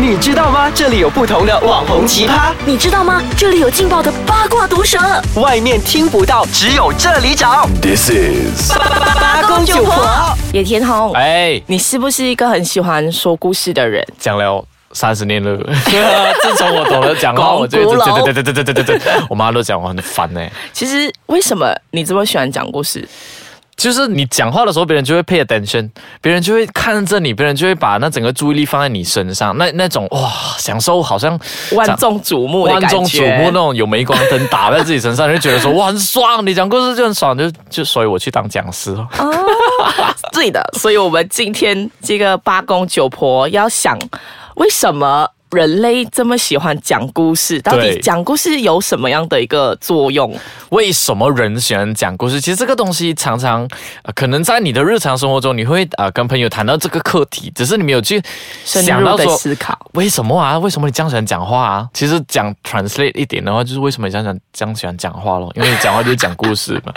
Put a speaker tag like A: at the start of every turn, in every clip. A: 你知道吗？这里有不同的网红奇葩，
B: 你知道吗？这里有劲爆的八卦毒舌，
A: 外面听不到，只有这里找。
C: This is
A: 八公九婆，
D: 野田红，
E: 哎，
D: 你是不是一个很喜欢说故事的人？
E: 讲了三十年了，自从我懂得讲话，我就一直
D: 广古
E: 对对对对对对对对，我妈都讲我很烦欸呢、
D: 其实为什么你这么喜欢讲故事？
E: 就是你讲话的时候，别人就会 pay attention，别人就会看着你，别人就会把那整个注意力放在你身上，那那种哇，享受好像
D: 万众瞩目的
E: 万
D: 感觉，
E: 众瞩目那种有镁光灯打在自己身上，就觉得说哇很爽，你讲故事就很爽，就就所以我去当讲师了。
D: 对的，所以我们今天这个八公九婆要想，为什么人类这么喜欢讲故事？到底
E: 对
D: 讲故事有什么样的一个作用？
E: 为什么人喜欢讲故事？其实这个东西常常、呃可能在你的日常生活中，你会啊、呃跟朋友谈到这个课题，只是你没有去
D: 深
E: 想
D: 入
E: 到
D: 的
E: 说
D: 思考。
E: 为什么啊？为什么你这样喜欢讲话啊？其实讲 translate 一点的话，就是为什么你这样想这样喜欢讲话咯？因为你讲话就是讲故事 嘛。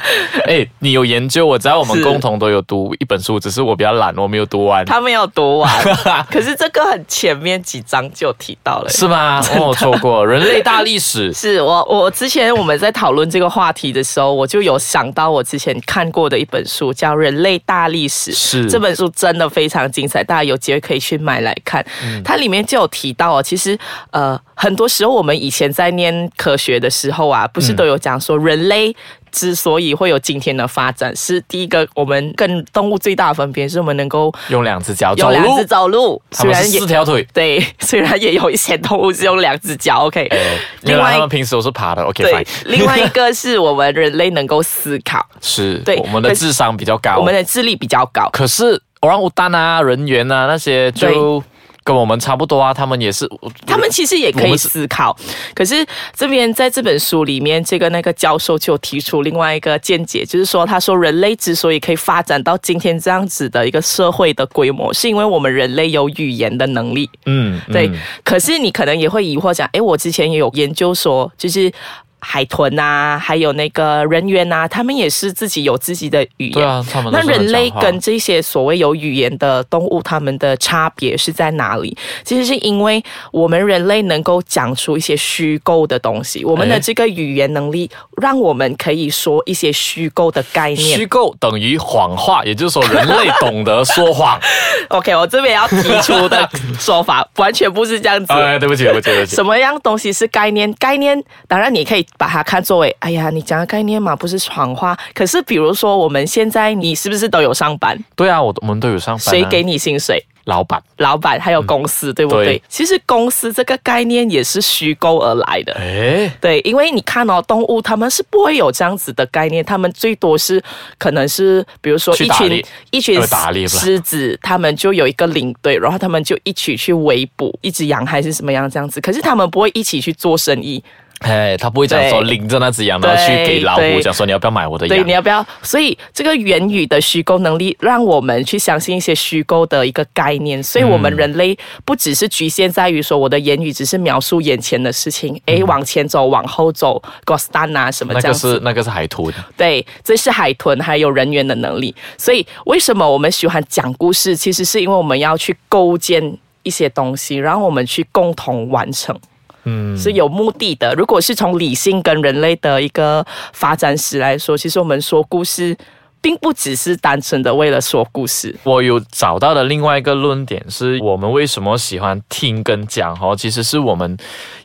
E: 哎，你有研究，我知道我们
D: 是
E: 共同都有读一本书，只是我比较懒，我没有读 完。
D: 他没有读完， 可是这个很前面几章就有提到了。
E: 是吗？哦，我错过人类大历 史。
D: 是我我之前我们在讨论这个话题的时候，我就有想到我之前看过的一本书，叫《人类大历史》。
E: 是
D: 这本书真的非常精彩，大家有机会可以去买来看。
E: 嗯
D: 它里面就有提到哦，其实呃，很多时候我们以前在念科学的时候啊，
E: 嗯
D: 不是都有讲说人类。之所以会有今天的发展，是第一个，我们跟动物最大的分别是我们能够
E: 用两只脚走
D: 有两
E: 路
D: 只，走路，
E: 他们是四条腿。
D: 对， 虽然也有一些动物是用两只脚，OK，、
E: 哎原来他们平时都是爬的。OK，
D: 对
E: fine，
D: 另外一个是我们人类能够思 考，
E: 是，
D: 对
E: 我们的
D: 可是
E: 智商比较高，
D: 我们的智力比较高。
E: 可是 orang utan 啊、人猿啊那些就跟我们差不多啊，他们也是，
D: 他们其实也可
E: 我
D: 以
E: 们是
D: 思考，可是这边在这本书里面，这个那个教授就提出另外一个见解，就是说，他说人类之所以可以发展到今天这样子的一个社会的规模，是因为我们人类有语言的能力。
E: 嗯，嗯
D: 对，可是你可能也会疑惑讲，诶，我之前也有研究说，就是海豚啊，还有那个人猿啊，他们也是自己有自己的语言。
E: 对啊，他们都
D: 那
E: 是很
D: 人类
E: 讲话
D: 跟这些所谓有语言的动物，它们的差别是在哪里？其实是因为我们人类能够讲出一些虚构的东西，我们的
E: 哎
D: 这个语言能力，让我们可以说一些虚构的概念
E: 虚。构等于谎话，也就是说人类懂得说 谎。
D: OK，我这边要提出的说法完全不是这样 子。
E: 哎，对不起，对不起，对 不起
D: 什。么样东西是概念？概念当然你可以把它看作为，哎呀，你讲的概念嘛，不是谎话。可是比如说我们现在，你是不是都有上班？
E: 对啊，我我们都有上班、啊。
D: 谁给你薪水？
E: 老板？
D: 老板还有公司，对不对？
E: 对
D: 其实公司这个概念也是虚构而来的。
E: 哎，
D: 对，因为你看哦，动物它们是不会有这样子的概念，它们最多是可能是，比如说
E: 去
D: 一
E: 打
D: 群
E: 猎
D: 一群
E: 呃打猎不啦
D: 狮子，它们就有一个领队，然后它们就一起去围捕一只羊还是什么样这样子，可是它们不会一起去做生意，
E: 哎，他不会讲说
D: 对
E: 领着那只羊，然后去
D: 对
E: 给老
D: 对
E: 虎讲说你要不要买我的
D: 对，
E: 羊？
D: 你要不要？所以这个言语的虚构能力，让我们去相信一些虚构的一个概念。所以，我们人类不只是局限在于说我的言语只是描述眼前的事情，诶，往前走，往后走 g o s t a n 啊什么
E: 那
D: 这
E: 个
D: 样子。
E: 是那个是海豚，
D: 对，这是海豚还有人猿的能力。所以，为什么我们喜欢讲故事？其实是因为我们要去构建一些东西，然后我们去共同完成。
E: 嗯，
D: 是有目的的。如果是从理性跟人类的一个发展史来说，其实我们说故事。并不只是单纯的为了说故事，
E: 我有找到的另外一个论点是，我们为什么喜欢听跟讲哦，其实是我们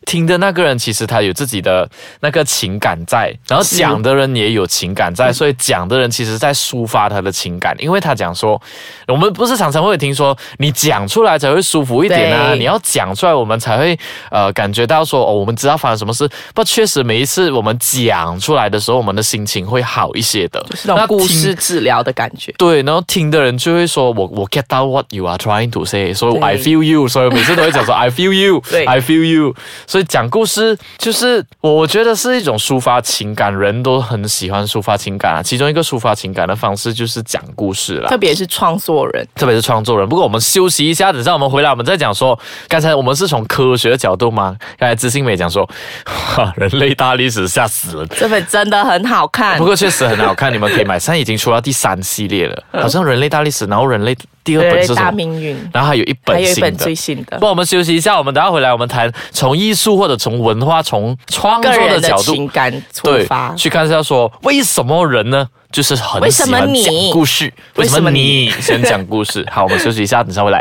E: 听的那个人，其实他有自己的那个情感在，然后
D: 是
E: 讲的人也有情感
D: 嗯
E: 在，所以讲的人其实在抒发他的情感，因为他讲说，我们不是常常会听说，你讲出来才会舒服一点啊，
D: 对
E: 你要讲出来，我们才会呃感觉到说，哦，我们知道发生什么事。不，确实每一次我们讲出来的时候，我们的心情会好一些的，
D: 就是那
E: 那
D: 种故
E: 听
D: 事治疗的感觉。
E: 对，然后听的人就会说我我 get 到 what you are trying to say，所以
D: 对
E: I feel you，所以每次都会 讲说 I feel
D: 对
E: you，I feel you。所以讲故事就是我我觉得是一种抒发情感，人都很喜欢抒发情感啊。其中一个抒发情感的方式就是讲故事啦
D: 特。别是创作人，
E: 特别是创作人。不过我们休息一下，等一下我们回来，我们再讲说，刚才我们是从科学的角度嘛，刚才知心美讲说， 哈，人类大历史吓死人。
D: 这本真的很好看
E: 不。过确实很好看，你们可以买。现在已经经出到第三系列了，好像人类大历史，然后人类第二本是什
D: 嗯大
E: 么？
D: 命运，
E: 然后还有一本
D: 还有一
E: 新的
D: 本。最新的
E: 不，。我们休息一下，我们等下回来，我们谈从艺术或者从文化、从创
D: 个
E: 作
D: 人的
E: 角度
D: 情感出
E: 对
D: 发，，
E: 去看一下说为什么人呢，就是很
D: 为
E: 喜
D: 什么
E: 欢
D: 你
E: 讲故事，
D: 为
E: 为什
D: 什
E: 么
D: 么
E: 你先讲故 事？好，我们休息一下，等下回来。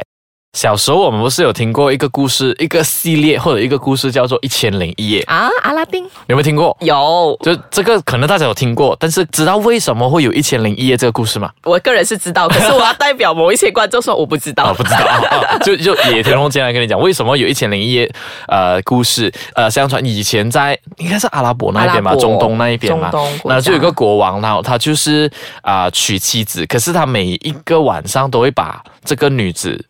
E: 小时候我们不是有听过一个故事，一个系列或者一个故事叫做《一千零一夜》，
D: 啊，阿拉丁
E: 你有没有听过？
D: 有，
E: 就这个可能大家有听过，但是知道为什么会有一千零一夜这个故事吗？
D: 我个人是知道，可是我要代表某一些观众说我不知
E: 啊，
D: 道
E: 不。知道，啊就就野田龙今天来跟你讲，为什么有一千零一夜呃故事呃，相传以前在应该是阿拉伯那一边
D: 阿
E: 吧，
D: 拉伯
E: 中东那一边嘛
D: 中东，国家
E: 那就有一个国王，然后他就是啊、娶妻子，可是他每一个晚上都会把这个女子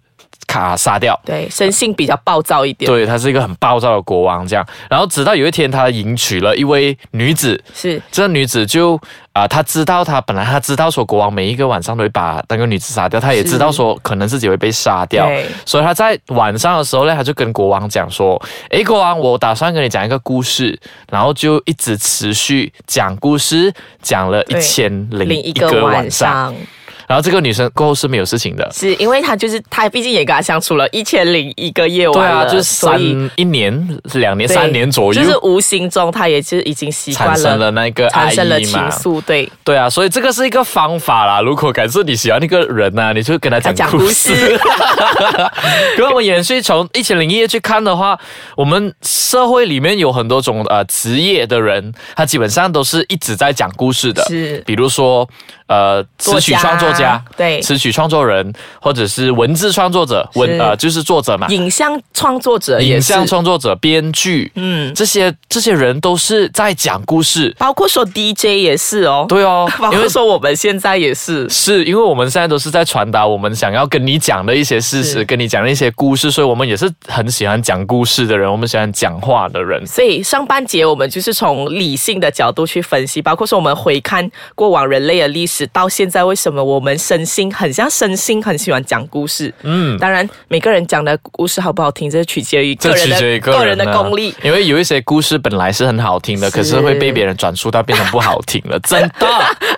E: 卡杀掉。
D: 对，生性比较暴躁一点，
E: 对，他是一个很暴躁的国王，这样。然后直到有一天，他迎娶了一位女子，
D: 是
E: 这女子就啊、她知道她本来她知道说国王每一个晚上都会把那个女子杀掉，她也
D: 是
E: 知道说可能自己会被杀掉
D: 对，
E: 所以她在晚上的时候呢，她就跟国王讲说：“诶，国王，我打算跟你讲一个故事。”然后就一直持续讲故事，讲了一
D: 对
E: 千零
D: 另一
E: 一
D: 个
E: 个晚
D: 晚
E: 上。
D: 上，
E: 然后这个女生过后是没有事情的，
D: 是因为他就是他，毕竟也跟他相处了一千零一个夜晚
E: 对啊，
D: 了
E: 就是
D: 所
E: 三
D: 以
E: 一年、两年、
D: 对
E: 三年左右。
D: 就是无形中他也是已经习惯
E: 产生了那个爱
D: 产生了
E: 意
D: 情
E: 嘛，
D: 愫，对，
E: 对啊，所以这个是一个方法啦。如果感受你喜欢那个人呐、你就跟他讲
D: 讲
E: 故
D: 故
E: 事。
D: 事
E: 如果我们延续从一千零一夜去看的话，我们社会里面有很多种呃职业的人，他基本上都是一直在讲故事的。
D: 是
E: 比如说呃，词曲
D: 作家
E: 创作家，
D: 对
E: 词曲创作人，或者是文字创作者，文
D: 是
E: 呃就是作者嘛。呃
D: 影像创作者也
E: 影
D: 是，
E: 像创作者、编剧，嗯，
D: 嗯
E: 这些这些人都是在讲故事，
D: 包括说 DJ 也是哦，
E: 对 哦，
D: 包
E: 因为
D: 括说我们现在也是，
E: 是因为我们现在都是在传达我们想要跟你讲的一些事实，
D: 是
E: 跟你讲的一些故事，所以我们也是很喜欢讲故事的人，我们喜欢讲话的人。
D: 所以上半节我们就是从理性的角度去分析，包括说我们回看过往人类的历史，到现在为什么我们身心很像身心很喜欢讲故事。
E: 嗯，
D: 当然，每个人讲的故事好不好听，这取决于
E: 这
D: 个人
E: 取
D: 的
E: 决于
D: 个人
E: 人
D: 的
E: 啊
D: 功力。
E: 因为有一些故事本来是很好听的，
D: 是
E: 可是会被别人转述到变成不好听了，真的。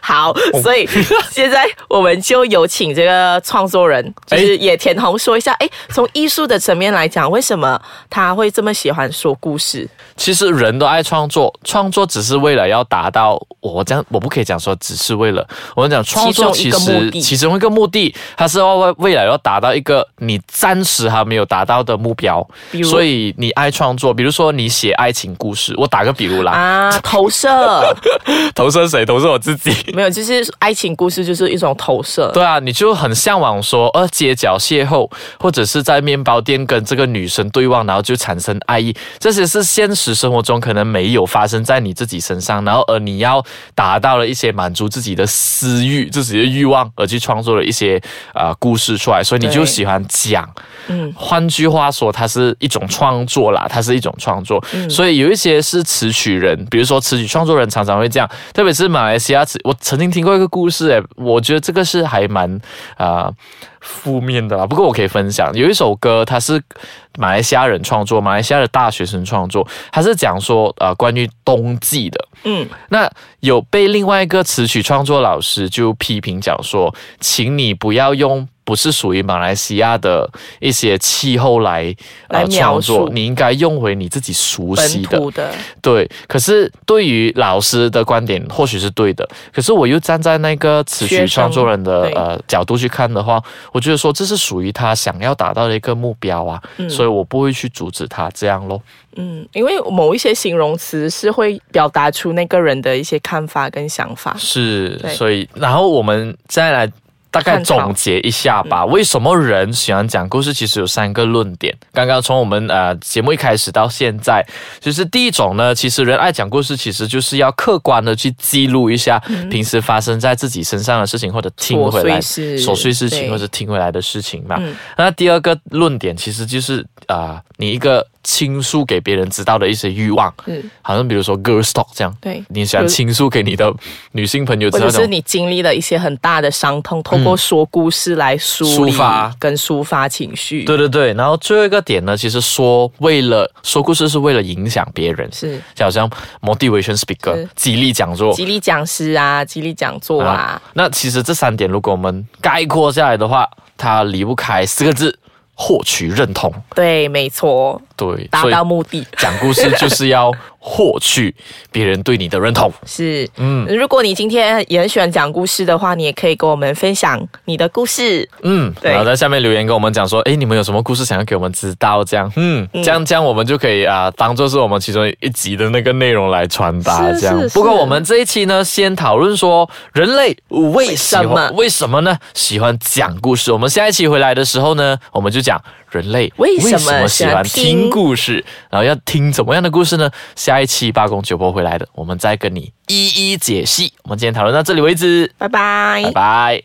D: 好，
E: 哦
D: 所以现在我们就有请这个创作人，
E: 哎
D: 就是野田宏说一下，哎，从艺术的层面来讲，为什么他会这么喜欢说故事？
E: 其实人都爱创作，创作只是为了要达到我这样，我不可以讲说只是为了，我们讲创作其
D: 其中一个目
E: 实
D: 的
E: 其中一个目的，它是要为为了要达到一个你暂时还没有达到的目标
D: 比，如
E: 所以你爱创作，比如说你写爱情故事，我打个比如啦，
D: 啊，投射
E: 投射谁？投射我自己。
D: 没有，就是爱情故事就是一种投射。
E: 对啊，你就很向往说，呃，街角邂逅，或者是在面包店跟这个女生对望，然后就产生爱意，这些是现实生活中可能没有发生在你自己身上，然后而你要达到了一些满足自己的私欲、自己的欲望，而去创作了一些呃故事出来，所以你就
D: 对
E: 喜欢讲。嗯，换句话说，它是一种创作啦，它是一种创作，所以有一些是词曲人，比如说词曲创作人常常会这样，特别是马来西亚词，我曾经听过一个故事、诶，哎我觉得这个是还蛮啊、呃负面的啦，不过我可以分享，有一首歌它是马来西亚人创作，马来西亚的大学生创作，它是讲说呃关于冬季的，
D: 嗯，
E: 那有被另外一个词曲创作老师就批评讲说，请你不要用不是属于马来西亚的一些气候来呃
D: 来
E: 创
D: 描
E: 作
D: 述，
E: 你应该用回你自己熟悉
D: 本
E: 的。
D: 土的，
E: 对，可是对于老师的观点或许是对的，可是我又站在那个词曲
D: 学生
E: 创作人的
D: 对
E: 呃角度去看的话，我觉得说这是属于他想要达到的一个目标啊，所以我不会去阻止他这样咯。
D: 嗯，因为某一些形容词是会表达出那个人的一些看法跟想法。
E: 是，
D: 对
E: 所以然后我们再来大概
D: 探讨
E: 总结一下吧，
D: 嗯
E: 为什么人喜欢讲故事？其实有三个论点。刚刚从我们呃节目一开始到现在，就是第一种呢，其实人爱讲故事，其实就是要客观的去记录一下
D: 嗯
E: 平时发生在自己身上的事情，或者听回来
D: 琐碎事
E: 琐碎事情，
D: 对
E: 或者听回来的事情嘛。
D: 嗯
E: 那第二个论点其实就是啊、呃你一个倾诉给别人知道的一些欲望，
D: 嗯，
E: 好像比如说 girl talk 这样。
D: 对。
E: 你想倾诉给你的女性朋友知
D: 或
E: 道
D: 者
E: 这
D: 是
E: 种嗯
D: 你经历了一些很大的伤痛，透或说故事来梳
E: 抒
D: 理
E: 发
D: 跟抒发情绪。
E: 对对对，然后最后一个点呢，其实说为了说故事是为了影响别人，
D: 是
E: 就好像 motivation speaker
D: 是
E: 激励讲座
D: 激励讲师啊，激励讲座啊，
E: 那其实这三点，如果我们概括下来的话，它离不开四个字：获取认同。
D: 对，没错，
E: 对，
D: 达
E: 所以
D: 到目的。
E: 讲故事就是要获取别人对你的认同。
D: 是，嗯，如果你今天也很喜欢讲故事的话，你也可以跟我们分享你的故事。
E: 嗯，
D: 对
E: 然后在下面留言跟我们讲说，诶，哎你们有什么故事想要给我们知道？这样，嗯，这样这样我们就可以啊、当做是我们其中一集的那个内容来传达。
D: 是
E: 这样
D: 是，
E: 不过我们这一期呢，先讨论说人类为什
D: 为什
E: 么
D: 么
E: 为什么呢喜欢讲故事？我们下一期回来的时候呢，我们就讲人类
D: 为什么
E: 喜
D: 喜
E: 欢
D: 欢
E: 听
D: 听
E: 故事，然后要听怎么样的故事呢？下一期八公九婆回来的，我们再跟你一一解析。我们今天讨论到这里为止，
D: 拜拜
E: 拜拜。